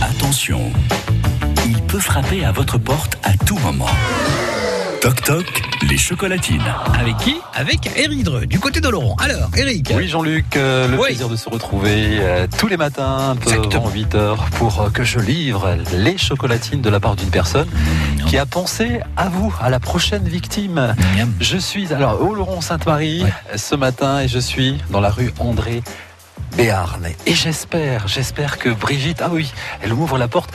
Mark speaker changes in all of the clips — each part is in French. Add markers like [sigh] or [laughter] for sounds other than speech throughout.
Speaker 1: Attention, il peut frapper à votre porte à tout moment. Toc toc, les chocolatines.
Speaker 2: Avec qui Avec Eric Dreux, du côté de Laurent. Alors, Eric,
Speaker 3: Oui, Jean-Luc, euh, le
Speaker 2: Oui.
Speaker 3: plaisir de se retrouver euh, tous les matins, un peu
Speaker 2: Exactement.
Speaker 3: avant 8 heures, pour euh, que je livre les chocolatines de la part d'une personne qui a pensé à vous, à la prochaine victime.
Speaker 2: miam.
Speaker 3: Je suis alors au Laurent-Sainte-Marie ce matin et je suis dans la rue André. Béarn. Et j'espère, j'espère que Brigitte, ah oui, elle m'ouvre la porte.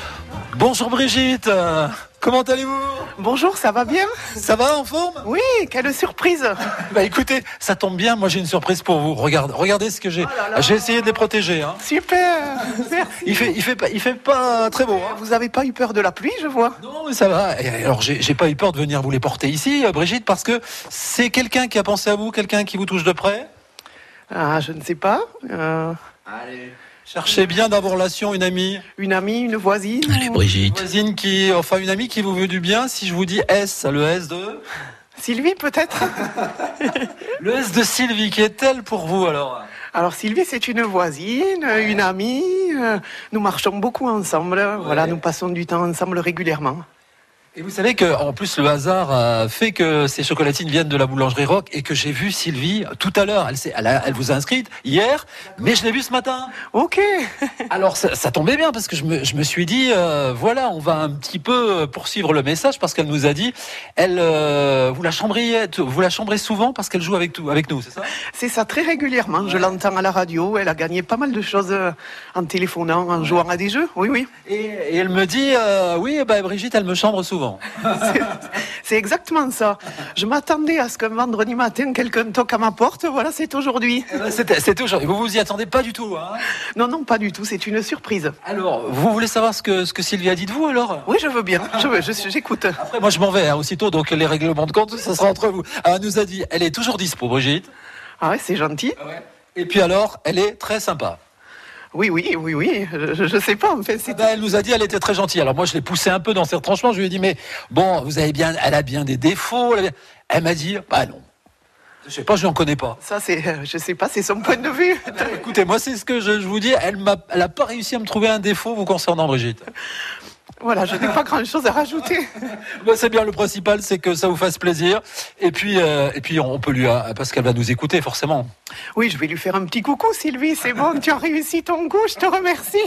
Speaker 3: Bonjour Brigitte, euh, comment allez-vous
Speaker 4: Bonjour, ça va bien
Speaker 3: Ça va en forme
Speaker 4: Oui, quelle surprise
Speaker 3: Bah écoutez, ça tombe bien, moi j'ai une surprise pour vous. Regarde, regardez ce que j'ai. j'ai essayé de les protéger. Hein.
Speaker 4: Super
Speaker 3: Il fait, il fait pas, il fait pas très beau. hein.
Speaker 4: Vous n'avez pas eu peur de la pluie, je vois
Speaker 3: Non, mais ça va. Et alors, j'ai j'ai pas eu peur de venir vous les porter ici, euh, Brigitte, parce que c'est quelqu'un qui a pensé à vous, quelqu'un qui vous touche de près.
Speaker 4: Ah, je ne sais pas. euh,
Speaker 3: Cherchez bien dans vos relations une amie,
Speaker 4: une amie, une voisine
Speaker 2: Allez,
Speaker 3: une
Speaker 2: Brigitte.
Speaker 3: voisine qui, enfin une amie qui vous veut du bien. Si je vous dis S, le S de,
Speaker 4: Sylvie, peut-être
Speaker 3: le S de Sylvie, qui est-elle pour vous alors
Speaker 4: Alors, Sylvie, c'est une voisine, euh, une amie. euh, Nous marchons beaucoup ensemble. Voilà, nous passons du temps ensemble régulièrement.
Speaker 3: Et vous savez que, en plus, le hasard euh, fait que ces chocolatines viennent de la boulangerie Rock et que j'ai vu Sylvie tout à l'heure. Elle, s'est- elle, a- elle vous a inscrite hier, mais je l'ai vue ce matin.
Speaker 4: Ok
Speaker 3: Alors ça, ça tombait bien parce que je me, je me suis dit euh, voilà on va un petit peu euh, poursuivre le message parce qu'elle nous a dit elle euh, vous la chambrez vous la chambrez souvent parce qu'elle joue avec tout avec nous c'est ça
Speaker 4: C'est ça très régulièrement. Je l'entends à la radio. Elle a gagné pas mal de choses euh, en téléphonant, en jouant à des jeux. Oui, oui.
Speaker 3: et, et elle me dit euh, oui bah Brigitte elle me chambre souvent
Speaker 4: C'est exactement ça. Je m'attendais à ce qu'un vendredi matin, quelqu'un toque à ma porte. Voilà, c'est aujourd'hui.
Speaker 3: Eh ben, c'était c'était aujourd'hui vous vous y attendez pas du tout hein
Speaker 4: Non, non, pas du tout. C'est une surprise.
Speaker 3: alors vous voulez savoir ce que ce que Sylvie a dit de vous alors
Speaker 4: Oui, je veux bien. Je veux, je suis- j'écoute.
Speaker 3: après moi je m'en vais hein, aussitôt donc les règlements de compte ça sera entre vous Alors, elle nous a dit elle est toujours dispo Brigitte
Speaker 4: Ah ouais, c'est gentil.
Speaker 3: et puis alors elle est très sympa
Speaker 4: Oui, oui, oui, oui. Je, je sais pas. Enfin,
Speaker 3: Eh
Speaker 4: c'est.
Speaker 3: ben, elle nous a dit elle était très gentille. Alors moi je l'ai poussée un peu dans ses retranchements. Je lui ai dit mais bon vous avez bien elle a bien des défauts. Elle, a bien- elle m'a dit bah non. Je sais pas je n'en connais pas.
Speaker 4: Ça, c'est, euh, je sais pas, c'est son point de vue.
Speaker 3: Écoutez moi c'est ce que je, je vous dis. Elle m'a elle a pas réussi à me trouver un défaut vous concernant Brigitte. [laughs]
Speaker 4: Voilà, je n'ai pas grand chose à rajouter.
Speaker 3: Bah, c'est bien le principal c'est que ça vous fasse plaisir. Et puis euh, et puis on peut lui euh, parce qu'elle va nous écouter forcément.
Speaker 4: Oui, je vais lui faire un petit coucou, Sylvie. C'est bon, tu as réussi ton coup. Je te remercie.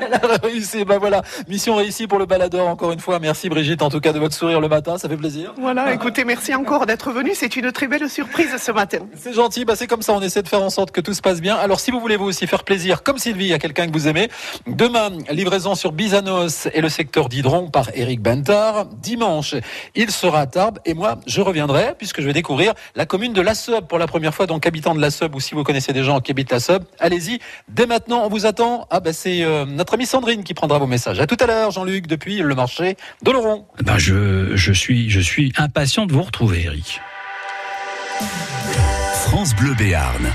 Speaker 3: Elle a [laughs] réussi. Bah voilà mission réussie pour le baladeur encore une fois. Merci Brigitte en tout cas de votre sourire le matin ça fait plaisir.
Speaker 4: Voilà, écoutez, merci encore d'être venu. C'est une très belle surprise ce matin.
Speaker 3: C'est gentil, bah c'est comme ça, on essaie de faire en sorte que tout se passe bien. Alors si vous voulez vous aussi faire plaisir, comme Sylvie, à quelqu'un que vous aimez, demain, livraison sur Bizanos et le secteur d'Hydron par Eric Bentard. Dimanche, il sera à Tarbes et moi, je reviendrai puisque je vais découvrir la commune de La Seub pour la première fois. Donc habitant de La Seub ou si vous connaissez des gens qui habitent La Seub, allez-y, dès maintenant, on vous attend. Ah bah c'est euh, notre amie Sandrine qui prendra vos messages. À tout à l'heure, Jean-Luc, depuis le marché de Laurent.
Speaker 1: Ben je, je, suis, je suis impatient de vous retrouver, Eric. France Bleu Béarn.